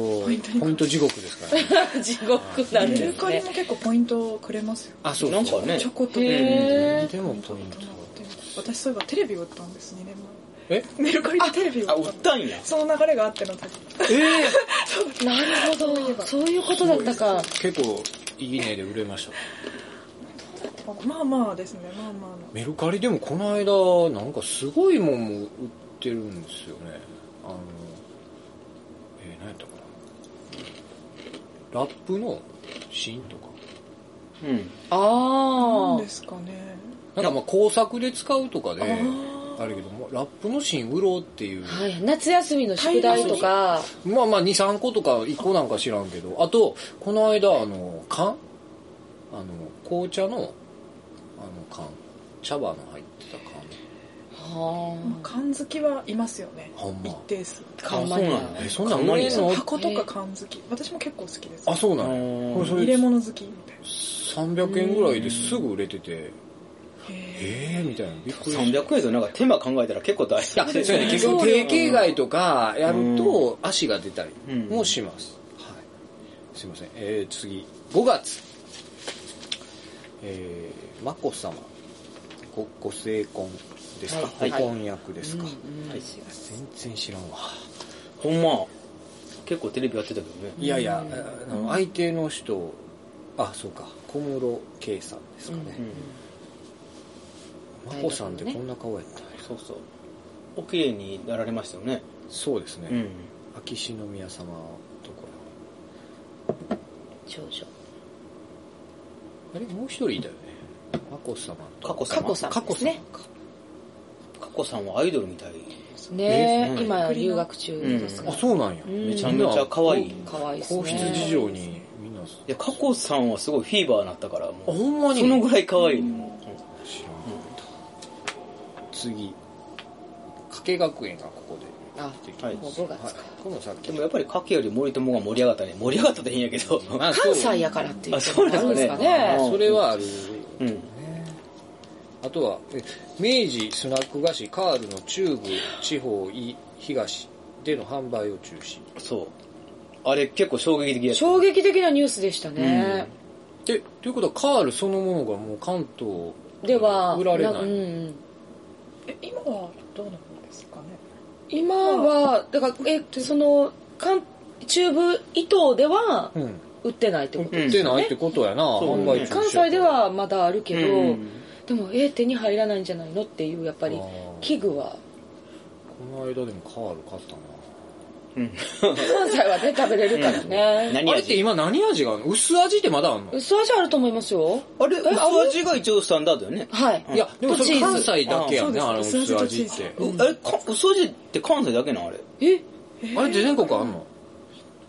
Speaker 2: ポイント地獄ですからね
Speaker 5: い地獄なん
Speaker 6: メ
Speaker 5: で
Speaker 6: ル
Speaker 5: す
Speaker 6: カリ
Speaker 5: ね
Speaker 6: も結構ポイントをくれますよ。
Speaker 2: あそう
Speaker 1: な
Speaker 2: そうん
Speaker 1: かね
Speaker 6: ちょ、こっと
Speaker 5: へ
Speaker 2: でもポイント
Speaker 6: 私そういえばテレビ売ったんです、2年前。
Speaker 2: え
Speaker 6: メルカリでテレビ売っ
Speaker 1: あ、売ったたんや。
Speaker 6: その流れがあっての時。
Speaker 5: ーなるほどそういうことだったか
Speaker 2: 結構いいねで売れました
Speaker 6: まあまあですね、まあまあの。
Speaker 2: メルカリでもこの間なんかすごいもんも売ってるんですよねあのえー、何やったかなラップの芯とか
Speaker 1: うん。
Speaker 5: あ
Speaker 6: 何
Speaker 5: あ
Speaker 6: ですかね。
Speaker 2: なんかまあ工作で使うとかで
Speaker 6: あ
Speaker 2: あるけどもラップの芯売ろうっていう
Speaker 5: はい、夏休みの宿題とか、
Speaker 2: まあまあ23個とか1個なんか知らんけどあとこの間あの缶あの紅茶のあの缶茶葉の入ってた缶
Speaker 6: まあ缶好きはいますよね。
Speaker 2: ほんま
Speaker 6: 一定数。
Speaker 5: あ、かんま
Speaker 1: そう
Speaker 5: り
Speaker 1: な
Speaker 5: な。
Speaker 1: んや
Speaker 2: えそんなん
Speaker 1: かまり
Speaker 2: 売れんの
Speaker 6: 箱とか缶好き。私も結構好きです。
Speaker 2: あそうなんや
Speaker 1: うん
Speaker 2: これそれ
Speaker 6: 入れ物好きみたいな。
Speaker 2: 300円ぐらいですぐ売れてて
Speaker 6: へ
Speaker 2: ええー、みたいなびっくりしたい
Speaker 1: 300円ですよ。なんか手間考えたら結構大事
Speaker 2: や
Speaker 1: だ。
Speaker 2: そうやね結局定形外とかやると足が出たり
Speaker 1: うん
Speaker 2: もします、はい、すいませんえー、次5月えー、眞子さまごご成婚ですか、
Speaker 1: はい
Speaker 2: ご婚約ですか、
Speaker 1: はい
Speaker 2: 全然知らんわ
Speaker 1: ほんま、結構テレビやってたけどね。
Speaker 2: いやいや、あの相手の人あそうか小室圭さんですかね、眞子さんってこんな顔やったんや
Speaker 1: そうそう。お綺麗になられましたよね。
Speaker 2: そうですね、
Speaker 1: うん。
Speaker 2: 秋篠宮様のとこ
Speaker 5: 長女。
Speaker 2: ろあれもう一人いたよね眞子様と
Speaker 1: 佳子さ
Speaker 5: 佳
Speaker 1: ん。
Speaker 5: 子さんですね。
Speaker 1: 佳子さんはアイドルみたい。
Speaker 5: ね
Speaker 1: え
Speaker 5: え、
Speaker 1: ー
Speaker 5: 今、留学中です
Speaker 2: あ
Speaker 5: か
Speaker 2: そうなんや、
Speaker 5: ん
Speaker 1: めちゃめちゃ可愛い。い
Speaker 5: ら。かわいいですね。
Speaker 2: 皇室事情にみんなあ
Speaker 1: や、佳子さんはすごいフィーバーになったから、もう。
Speaker 2: ほんまに
Speaker 1: そのぐらい可愛いね。も
Speaker 2: 知らんかった次加計学園がここで
Speaker 5: あ、
Speaker 1: はい
Speaker 5: もう5月か。
Speaker 2: このさっ
Speaker 1: う
Speaker 2: き
Speaker 1: でもやっぱり佳けより森友が盛り上がったね。盛り上がったって変やけど。
Speaker 2: まあそう
Speaker 5: 関西やからっていう
Speaker 1: あそう
Speaker 5: の
Speaker 1: な
Speaker 5: も
Speaker 1: ん
Speaker 5: あるん
Speaker 1: で
Speaker 5: ですす
Speaker 1: か
Speaker 5: か
Speaker 1: ね
Speaker 5: ね。
Speaker 2: それはある
Speaker 1: うん。
Speaker 2: あとは、え明治スナック菓子カールの中部地方い東での販売を中止。
Speaker 1: そう。あれ結構衝撃的やった。
Speaker 5: 衝撃的なニュースでしたね。
Speaker 2: で、ということはカールそのものがもう関東
Speaker 5: では、
Speaker 2: 売られ
Speaker 5: な
Speaker 2: な
Speaker 5: うん
Speaker 2: い。
Speaker 5: うん。
Speaker 6: え今はどうなんですかね。
Speaker 5: 今は、だから、え、その、関中部以東では
Speaker 2: うん。
Speaker 5: 売ってないってこと
Speaker 2: 売ってないってことやな、
Speaker 1: う
Speaker 2: 販売中止。
Speaker 5: 関西で、はまだあるけど、
Speaker 1: うん
Speaker 5: でもえ手に入らないんじゃないのっていうやっぱり
Speaker 2: あー
Speaker 5: 器具は
Speaker 2: この間でもカール買ったな。
Speaker 5: 関西はね食べれるからね、
Speaker 1: 何
Speaker 2: あれって
Speaker 1: 味
Speaker 2: 今何味があるの薄味ってまだあんの、
Speaker 5: 薄味あると思いますよ
Speaker 1: あれ、
Speaker 5: あれ
Speaker 1: 薄味が一応スタンダードよね。
Speaker 5: はい、
Speaker 2: いや、でもそ
Speaker 5: とチ
Speaker 2: れ
Speaker 5: ー
Speaker 2: 関
Speaker 5: ズ
Speaker 2: 西だけやね、
Speaker 6: あ
Speaker 2: あ
Speaker 6: そう
Speaker 2: の
Speaker 6: です
Speaker 2: 薄味っ
Speaker 6: 薄味
Speaker 2: て
Speaker 6: と。
Speaker 1: うあれ、か薄味って関西だけなんあれ。
Speaker 5: え
Speaker 2: あれって全国あんの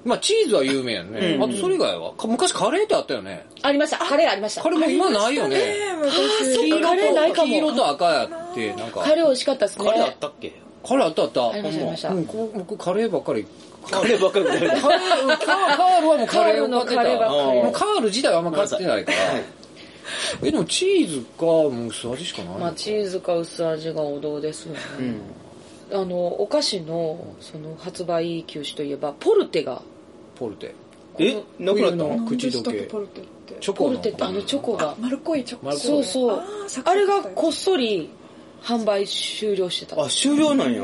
Speaker 2: まあチーズは有名やんね。
Speaker 1: うん
Speaker 2: あとそれ以外はか昔カレーってあったよね。
Speaker 5: ありましたカレーありました
Speaker 2: カレーも今ないよね。
Speaker 6: え
Speaker 5: そ
Speaker 6: 昔
Speaker 5: う
Speaker 2: 黄色と
Speaker 5: カレーないかも
Speaker 2: 黄色と赤やって、なんか。
Speaker 5: カレー美味しかったですね
Speaker 1: カレーあったっけ
Speaker 2: カレーあったあった。
Speaker 5: ありましたありました
Speaker 2: うんこ僕カレーばっか り。
Speaker 1: カレーばっかり食べて
Speaker 2: カレー、カールはもう
Speaker 5: カ
Speaker 2: カレ
Speaker 5: ー
Speaker 2: ー
Speaker 5: ル
Speaker 2: を買
Speaker 5: の
Speaker 2: ってた。
Speaker 5: カレーばっかり
Speaker 2: もうカール自体はあんま買ってないから。え、でもチーズか、もう薄味しかないの
Speaker 5: まあ、チーズか薄味が王道ですよね、あのお菓子のその発売休止といえばポルテが
Speaker 2: ポルテ。
Speaker 1: えなくなった
Speaker 2: 冬
Speaker 1: の
Speaker 2: の口
Speaker 6: 何でし
Speaker 2: ど
Speaker 6: たっけ
Speaker 2: け。
Speaker 6: ポルテって。
Speaker 2: チョコの
Speaker 5: ポルテってあのチョコが
Speaker 6: 丸っこいチョコ。
Speaker 2: 丸っこい
Speaker 5: そうそう
Speaker 6: あーサクサク
Speaker 5: あれがこっそり販売終了してた
Speaker 1: あ、終了なんや。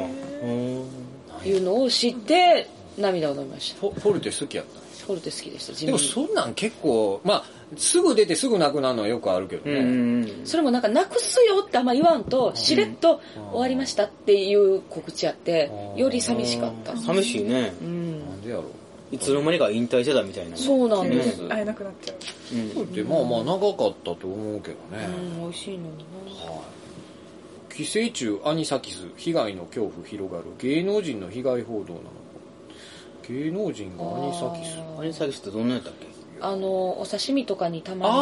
Speaker 5: いうのを知って涙を飲みまし
Speaker 2: ポポルテ好きやった。
Speaker 5: たポルテ好きでした自
Speaker 2: で
Speaker 5: 分
Speaker 2: もそんなん結構、まあ、すぐ出てすぐなくなるのはよくあるけど
Speaker 1: う
Speaker 2: ね。
Speaker 1: ん。
Speaker 5: それもなんかなくすよってあんま言わんとしれっと終わりましたっていう告知あって
Speaker 2: うん
Speaker 5: より寂しかった
Speaker 1: 寂しいね。
Speaker 5: うん
Speaker 2: なんでやろう。
Speaker 1: いつの間にか引退してたみたいな。
Speaker 5: そうなん
Speaker 6: 急
Speaker 5: で
Speaker 6: に
Speaker 5: す。
Speaker 6: 会えなくなっちゃう。
Speaker 1: うん。
Speaker 2: でまあまあ長かったと思うけどね、
Speaker 5: うん、美味しいのにな。
Speaker 2: はい寄生虫アニサキス被害の恐怖広がる芸能人の被害報道なのか芸能人がアニサキス
Speaker 1: アニサキスってどんなんやったっけ
Speaker 5: あの、お刺身とかにたまに
Speaker 2: あ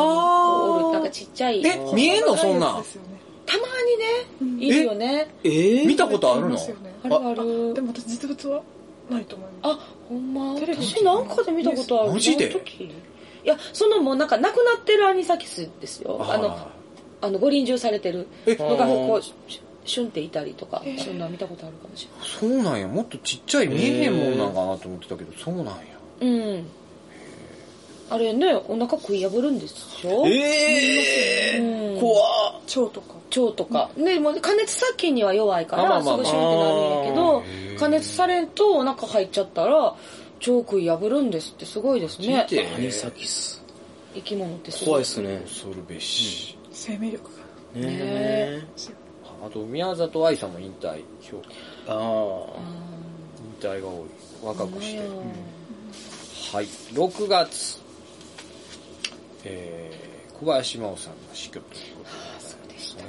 Speaker 2: ー
Speaker 5: おる、なんかちっちゃい。た
Speaker 2: え見えんのそんなん
Speaker 6: ですよね
Speaker 5: まにね、いるよね。
Speaker 1: え
Speaker 2: 見たことある
Speaker 6: い
Speaker 2: の
Speaker 6: ますよね
Speaker 5: あるある
Speaker 6: で。も私実物はないと思います。
Speaker 5: あ、ほんま。
Speaker 6: テレビ
Speaker 5: 私なんかで見たことある。
Speaker 2: マジで
Speaker 5: どの時いや、そのもうなんか亡くなってるアニサキスですよ。あの、あの、ご臨終されてる
Speaker 2: え
Speaker 5: のが、
Speaker 1: あー
Speaker 5: こう、しシュンっていたりとか、そんなん見たことあるかもし
Speaker 2: そうなんやもっとちっちゃい見えへんもんなんかなと思ってたけどそうなんや
Speaker 5: れない。うん。あれね、お腹食い破るんでしょ
Speaker 1: ええ
Speaker 5: うん
Speaker 1: 怖っ
Speaker 6: 蝶とか。
Speaker 5: 腸とか。ね、もう加熱殺菌には弱いか
Speaker 2: あま
Speaker 5: ら、
Speaker 2: あ
Speaker 5: す
Speaker 2: まあま
Speaker 5: ぐ
Speaker 2: あ
Speaker 5: シュンってなるんやけど、加熱されんとお腹入っちゃったら、腸食い破るんですってすごいですね。
Speaker 1: アニサキス。
Speaker 5: 生き物ってす
Speaker 1: 怖い
Speaker 5: ご
Speaker 1: っ
Speaker 5: い。
Speaker 1: すね。
Speaker 2: 恐るべし、
Speaker 6: 生命力が。
Speaker 1: ね
Speaker 5: え
Speaker 1: え。
Speaker 2: あと宮里藍さんも引退表
Speaker 1: ああ。
Speaker 2: 引退が多い若くして、
Speaker 5: うん
Speaker 2: はい6月えー、小林真央さんが死去ということですね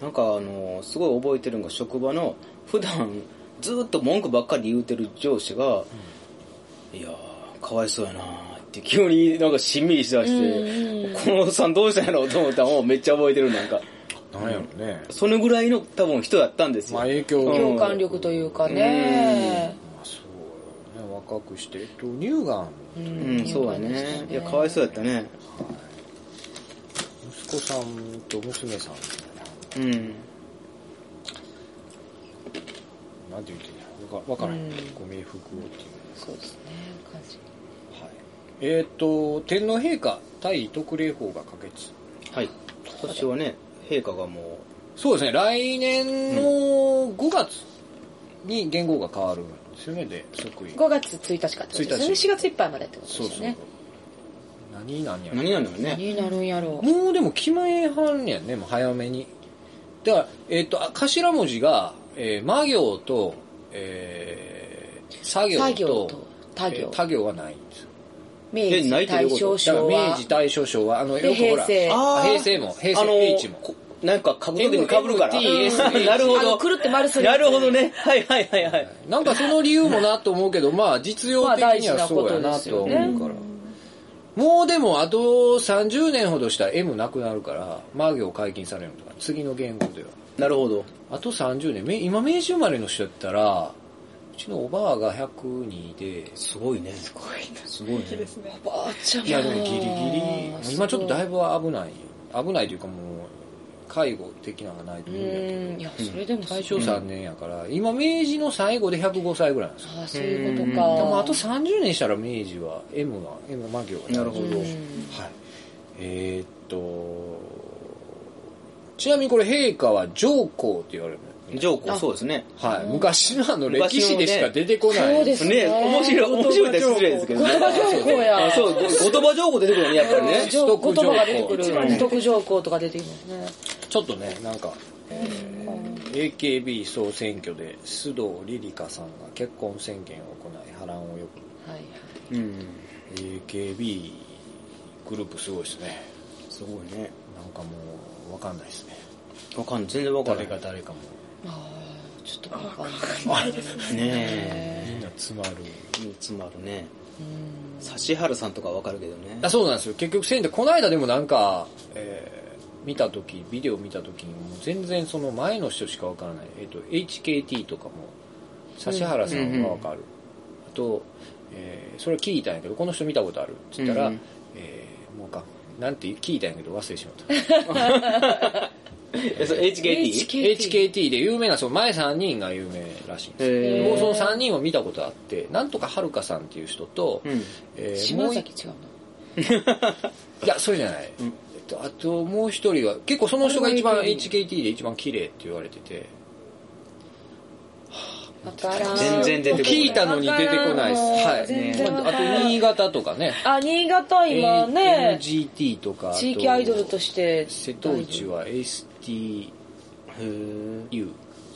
Speaker 1: なんかあの、すごい覚えてるのが職場の、普段ずーっと文句ばっかり言うてる上司が、いやー、かわいそうやなーって急になんかしんみりしだして、このおっさんどうしたんやろうと思ったのをめっちゃ覚えてるなんか。
Speaker 2: なんやろね、
Speaker 1: そのぐらいの多分人だったんですよ。
Speaker 2: まあ影響
Speaker 1: うん
Speaker 5: 共感力というかね。
Speaker 2: まあそうね若くしてえっと乳がん
Speaker 1: うん、そうやね。いや、かわいそうやったね。
Speaker 2: 息子さんと娘さ
Speaker 1: う
Speaker 2: ん
Speaker 1: ん。
Speaker 2: なんて言ってんのわかわからへん、ご冥福をっていうんです
Speaker 5: そうですね、感じ。
Speaker 2: はいえっ、と天皇陛下対特例法が可決
Speaker 1: はい。今年はね、陛下がも
Speaker 2: そうですね、来年の5月に元号が変わるんですよね、で、即位。
Speaker 5: 5月1日からってことですよね。
Speaker 2: 1日
Speaker 5: 4月いっぱいまでってことです
Speaker 2: そう
Speaker 5: よ
Speaker 2: そう
Speaker 5: ね。。
Speaker 2: 何何や
Speaker 1: う、何なのよね。
Speaker 5: 何になるんやろう。
Speaker 2: もうでも決めはんねやね、もう早めに。だから、えっ、と、あ頭文字が、えー、魔行と、えー、作業と、
Speaker 5: 作業と他行
Speaker 2: えー他行はないんですよ。
Speaker 5: 明
Speaker 1: えない
Speaker 5: 治、
Speaker 1: ってどういうこ
Speaker 5: 大
Speaker 1: と
Speaker 5: 正、
Speaker 2: だか
Speaker 5: 昭
Speaker 2: ら
Speaker 5: 和。
Speaker 2: 明治、大正、昭和、あの、
Speaker 5: で
Speaker 2: よくほら、
Speaker 5: 平成
Speaker 2: あ
Speaker 1: あー
Speaker 2: 平成も、平
Speaker 1: あの
Speaker 2: 成、H も。
Speaker 1: こなんか被る時に被るから。
Speaker 2: MMTSH
Speaker 1: なるほ
Speaker 5: あの、
Speaker 1: ど。
Speaker 5: くるって丸する。
Speaker 1: なるほど。ね。はいはいはいはい。
Speaker 2: なんかその理由もなと思うけど、まあ実用的にはそうやなとは思うから。もうでもあと30年ほどしたら M なくなるから、マ行解禁されるのとか、次の言語では。
Speaker 1: なるほど。
Speaker 2: あと30年、め今明治生まれの人やったら、うちのおばあが102で、
Speaker 1: すごいね。すごいすごい
Speaker 6: いい
Speaker 1: ね
Speaker 6: で。すね。
Speaker 5: ばあちゃん
Speaker 2: いやでもギリギリ、今ちょっとだいぶ危ない。危ないというかもう、介護的なのがないと
Speaker 5: う
Speaker 2: 思うんだけ
Speaker 5: ん、いや、それでも
Speaker 2: ど、大正3年やから、今明治の最後で105歳ぐらいなんですよ
Speaker 5: ああ、そういうこと
Speaker 2: で
Speaker 5: か。
Speaker 2: もあと30年したら明治は M は M 魔行が
Speaker 1: なるほど
Speaker 2: はいえーっとちなみにこれ陛下は上皇って言われるの
Speaker 1: 上皇、そうですね。
Speaker 2: はい昔のあの歴
Speaker 1: 昔の
Speaker 2: 史
Speaker 1: ね
Speaker 2: でしか出てこない
Speaker 5: そうです
Speaker 1: ね面白い、面白いって失礼ですけどね。
Speaker 5: 言葉上皇や。
Speaker 1: あそう、言葉上皇出てくるよね、やっぱりね。
Speaker 5: 上言葉が出てくる。
Speaker 2: 一
Speaker 5: 既得上皇とか出てきますね。
Speaker 2: ちょっとねなんか、えー AKB 総選挙で須藤リリカさんが結婚宣言を行い波乱を呼
Speaker 5: はい。
Speaker 1: うん。
Speaker 2: ぶ AKB グループすごいですね
Speaker 1: すごいね。
Speaker 2: なんかもうわかんないですね
Speaker 1: わかんない。全然わかんな
Speaker 2: 誰
Speaker 1: い。
Speaker 2: が誰かも
Speaker 5: ああ、ちょっとわかんない。
Speaker 1: ね
Speaker 2: みんな詰まる
Speaker 1: え。うんつまるね。指原さんとかわかるけどね。
Speaker 2: あそうなんですよ結局選でこの間でもなんか、えー見た時ビデオ見た時にもう全然その前の人しかわからない、えっと HKT とかも指原さんはわかる、あと、えーそれ聞いたんやけどこの人見たことあるって言ったら、
Speaker 1: うんうん
Speaker 2: えーもうかなんて聞いたんやけど忘れてしま った
Speaker 1: え、それ HKT?
Speaker 2: HKT で有名なその前3人が有名らしいんです
Speaker 1: へ
Speaker 2: よ
Speaker 1: ー
Speaker 2: もうその3人を見たことあってなんとかはるかさんっていう人と、
Speaker 1: うん。
Speaker 2: えーも
Speaker 5: 島
Speaker 2: う一
Speaker 5: 崎違うない
Speaker 2: や、そうじゃない。えっと、あともう一人は、結構その人が一番 HKT で一番綺麗って言われてて、
Speaker 5: わからん。
Speaker 1: 全然出てこない
Speaker 2: 聞いたのに出てこないです。は
Speaker 5: わからん全
Speaker 2: い。
Speaker 5: 然わ
Speaker 2: まあ
Speaker 5: か
Speaker 2: あ
Speaker 5: ら
Speaker 2: と、
Speaker 5: ん
Speaker 2: 新潟とかね。
Speaker 5: あ、新潟今ね、
Speaker 2: NGT とか。あと
Speaker 5: 地域アイドルとして。
Speaker 2: 瀬戸内は STU
Speaker 1: へえ。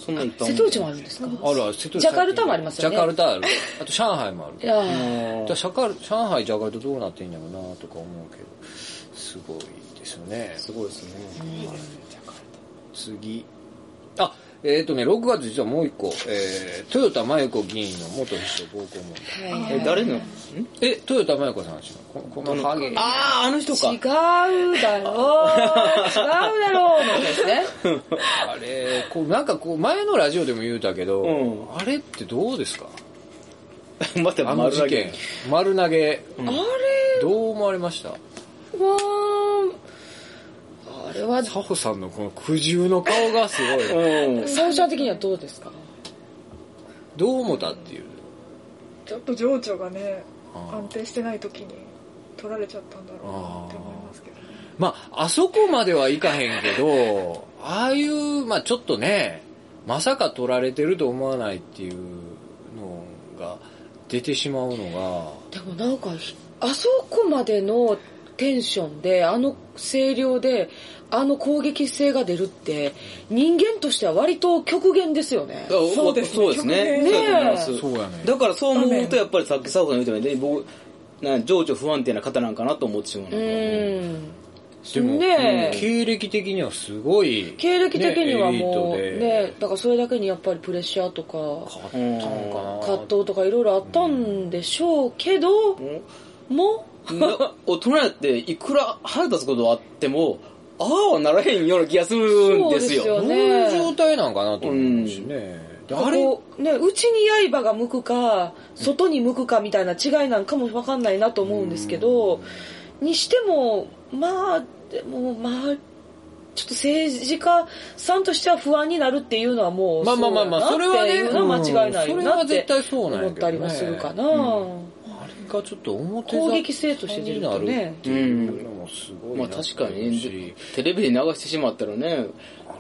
Speaker 1: そんないっぱい
Speaker 5: 瀬戸内もあるんですか
Speaker 2: あるある瀬戸内
Speaker 5: ジャカルタもありますよね
Speaker 2: ジャカルタあるあと上海もある
Speaker 5: いや
Speaker 1: あー
Speaker 2: だ
Speaker 5: ー
Speaker 2: からシャカル上海ジャガルタどうなってんやろうなとか思うけどすごいですよね
Speaker 1: すごいですね。
Speaker 2: 次あえっ、とね6月実はもう一個、えー、豊田真由子議員の元秘書暴行問題
Speaker 5: はいはい
Speaker 1: え、誰のん
Speaker 2: え豊田真由子さんの話このこのハゲ
Speaker 1: ああ、あの人か
Speaker 5: 違。うだろう、違うだろうのですね。
Speaker 2: あれこうなんかこう前のラジオでも言うたけど、
Speaker 1: うん
Speaker 2: あれってどうですか
Speaker 1: 待って、
Speaker 2: あの
Speaker 1: 丸
Speaker 2: 事
Speaker 1: 投
Speaker 2: 件
Speaker 1: げ。
Speaker 2: 丸投げ、
Speaker 5: あれ
Speaker 2: どう思われました
Speaker 5: は、あれは、
Speaker 2: サホさんのこの苦渋の顔がすごいな
Speaker 1: うん。
Speaker 5: サウちゃん的にはどうですか
Speaker 2: どう思ったっていう
Speaker 6: ちょっと情緒がね、
Speaker 2: あー
Speaker 6: 安定してない時に取られちゃったんだろうなって思いますけどね。
Speaker 2: まあ、あそこまではいかへんけど、ああいう、まあちょっとね、まさか取られてると思わないっていうのが出てしまうの
Speaker 5: でもなんか、あそこまでのテンションで、あの声量で、あの攻撃性が出るって、人間としては割と極限ですよね。
Speaker 1: そう
Speaker 6: ですね
Speaker 1: そうですね。
Speaker 6: 曲
Speaker 5: ね
Speaker 1: そうだと思います
Speaker 2: が、そうやね。
Speaker 1: だからそう思うと、やっぱりさっき佐藤さん言うたように、僕、なん情緒不安定な方なんかなと思ってしまう
Speaker 5: う
Speaker 1: の。
Speaker 5: ん。
Speaker 2: でも、
Speaker 5: ねえ
Speaker 2: 経歴的にはすごい、
Speaker 5: 経歴的にはもう、
Speaker 2: ねエリートで
Speaker 5: ね、だからそれだけにやっぱりプレッシャーとか、
Speaker 2: 買ったのかな
Speaker 5: 葛藤とかいろいろあったんでしょうけど、も、
Speaker 1: な大人やって、いくら腹立つことはあっても、ああはならへんような気がするんですよ。
Speaker 5: そうですよ
Speaker 2: ど
Speaker 5: ね
Speaker 2: ういう状態なんかなと思うしね。であれ、
Speaker 5: こうね、内に刃が向くか、外に向くかみたいな違いなんかも分かんないなと思うんですけど、にしても、まあ、でも、まあ、ちょっと政治家さんとしては不安になるっていうのはもう、
Speaker 2: まあまあまあまあ
Speaker 5: そうやなっていうのは間違いない
Speaker 2: そ
Speaker 5: よ
Speaker 2: れは
Speaker 5: な
Speaker 2: ね
Speaker 5: っ
Speaker 2: うん
Speaker 5: て
Speaker 2: それは絶対そうなんやけどね
Speaker 5: 思ったりもするかな。
Speaker 2: あれがちょっと表沙汰
Speaker 5: 攻撃性として出るとね
Speaker 2: になるっていうのもすご
Speaker 1: ま
Speaker 2: い
Speaker 1: あ
Speaker 2: なと思う
Speaker 1: 確
Speaker 2: し
Speaker 1: かに、テレビで流してしまったらね、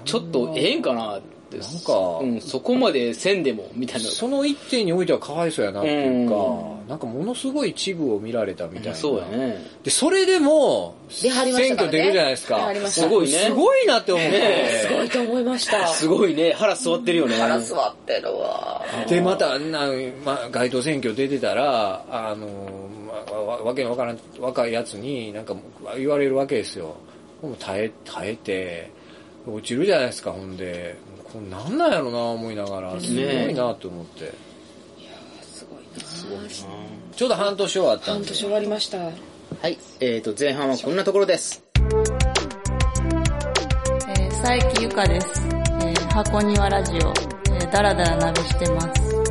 Speaker 1: ちょっとええんかなって。
Speaker 2: なんか
Speaker 1: うん、そこまでせんでも、みたいな。
Speaker 2: その一点においてはかわいそうやなっていうか、
Speaker 1: う
Speaker 2: なんかものすごい一部を見られたみたいな。
Speaker 1: そうやね。
Speaker 2: で、それでも、
Speaker 5: 出張りまし
Speaker 2: 選
Speaker 5: たか
Speaker 2: 挙出
Speaker 5: らね
Speaker 2: るじゃないです
Speaker 5: 出
Speaker 2: か
Speaker 5: 張り。ました
Speaker 1: すごいね。
Speaker 2: すごいなって思って。
Speaker 5: すごいと思いま した。
Speaker 1: すごいね。腹座ってるよね。
Speaker 5: 腹座ってるわ。
Speaker 2: で、また、なまあ、街頭選挙出てたら、あの、まあ、わわけのわからん、若いやつに、なんか、言われるわけですよ。もう耐え、耐えて、落ちるじゃないですか、ほんで。これなんなんやろな、思いながら。すごいなと思って。
Speaker 5: すごいな。
Speaker 2: ちょうど半年終わったん
Speaker 5: 半
Speaker 2: で
Speaker 5: 年。終わりました。
Speaker 1: はい。えっ、と、前半はこんなところです。
Speaker 8: えー、佐伯ゆかです。えー、箱庭ラジオ、えー、だらだらなびしてます。